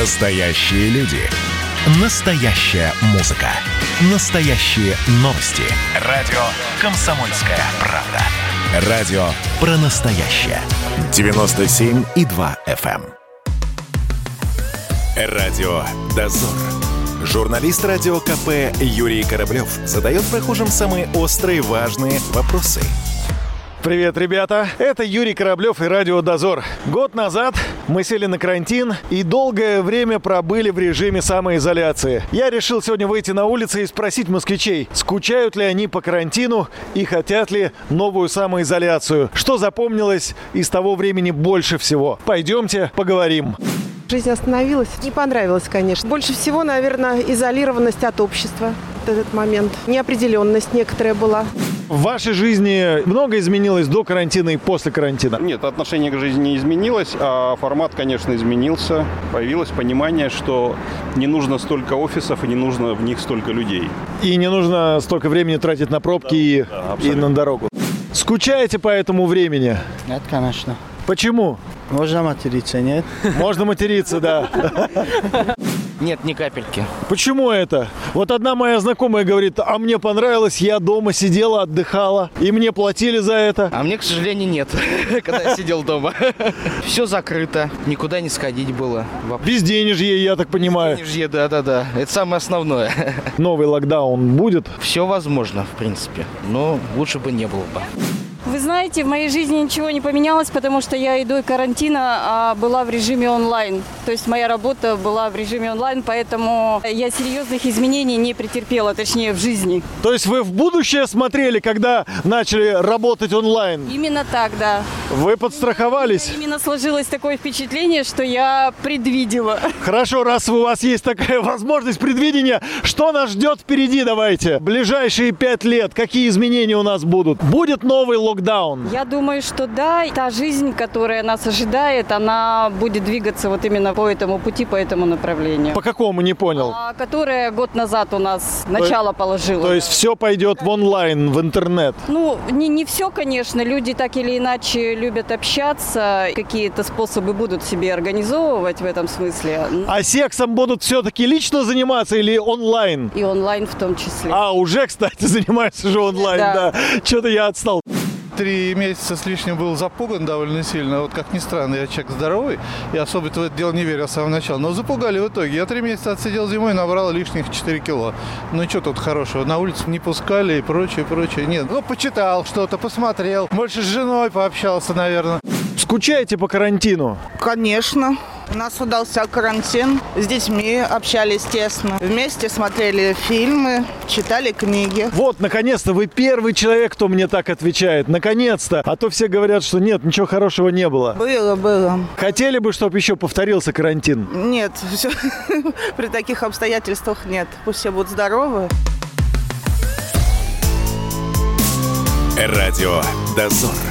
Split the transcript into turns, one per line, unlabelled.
Настоящие люди. Настоящая музыка. Настоящие новости. Радио Комсомольская правда. Радио про настоящее. 97,2 FM. эм. Радио «Дозор». Журналист радио КП Юрий Кораблев задает прохожим самые острые важные вопросы.
Привет, ребята! Это Юрий Кораблев и Радио Дозор. Год назад мы сели на карантин и долгое время пробыли в режиме самоизоляции. Я решил сегодня выйти на улицы и спросить москвичей, скучают ли они по карантину и хотят ли новую самоизоляцию. Что запомнилось из того времени больше всего? Пойдемте поговорим.
Жизнь остановилась. Не понравилось, конечно. Больше всего, наверное, изолированность от общества. Вот этот момент. Неопределенность некоторая была.
В вашей жизни много изменилось до карантина и после карантина?
Нет, отношение к жизни не изменилось, а формат, конечно, изменился. Появилось понимание, что не нужно столько офисов и не нужно в них столько людей.
И не нужно столько времени тратить на пробки и,
да,
и
абсолютно.
на дорогу. Скучаете по этому времени?
Нет, конечно.
Почему?
Можно материться, нет?
Можно материться, да.
Нет, ни капельки.
Почему это? Вот одна моя знакомая говорит, а мне понравилось, я дома сидела, отдыхала, и мне платили за это.
А мне, к сожалению, нет, когда я сидел дома. Все закрыто, никуда не сходить было.
А
Воп-
Безденежье, я так понимаю.
Нижье, Да-да-да, это самое основное.
Новый локдаун будет?
Все возможно, в принципе, но лучше бы не было бы.
Вы знаете, в моей жизни ничего не поменялось, потому что я и до карантина а, была в режиме онлайн. То есть моя работа была в режиме онлайн, поэтому я серьезных изменений не претерпела, точнее в жизни.
То есть вы в будущее смотрели, когда начали работать онлайн?
Именно так, да.
Вы подстраховались?
Именно сложилось такое впечатление, что я предвидела.
Хорошо, раз у вас есть такая возможность предвидения, что нас ждет впереди, давайте. Ближайшие пять лет, какие изменения у нас будут? Будет новый локдаун?
Я думаю, что да, та жизнь, которая нас ожидает, она будет двигаться вот именно по этому пути, по этому направлению.
По какому, не понял.
А, Которая год назад у нас начало положила.
То есть все пойдет в онлайн, в интернет.
Ну, не, не все, конечно. Люди так или иначе любят общаться. Какие-то способы будут себе организовывать в этом смысле.
А сексом будут все-таки лично заниматься или онлайн?
И онлайн в том числе.
А, уже, кстати, занимаются же онлайн, да.
Да.
Что-то я отстал.
три месяца с лишним был запуган довольно сильно. Вот как ни странно, я человек здоровый, и особо в это дело не верил с самого начала. Но запугали в итоге. Я три месяца отсидел зимой и набрал лишних 4 кило. Ну и что тут хорошего? На улицу не пускали и прочее, прочее. Нет, ну почитал что-то, посмотрел. Больше с женой пообщался, наверное.
Скучаете по карантину?
Конечно. У нас удался карантин. С детьми общались тесно. Вместе смотрели фильмы, читали книги.
Вот, наконец-то, вы первый человек, кто мне так отвечает. Наконец-то. А то все говорят, что нет, ничего хорошего не было.
Было, было.
Хотели бы, чтобы еще повторился карантин?
Нет, всё. при таких обстоятельствах нет. Пусть все будут здоровы.
Радио «Дозор».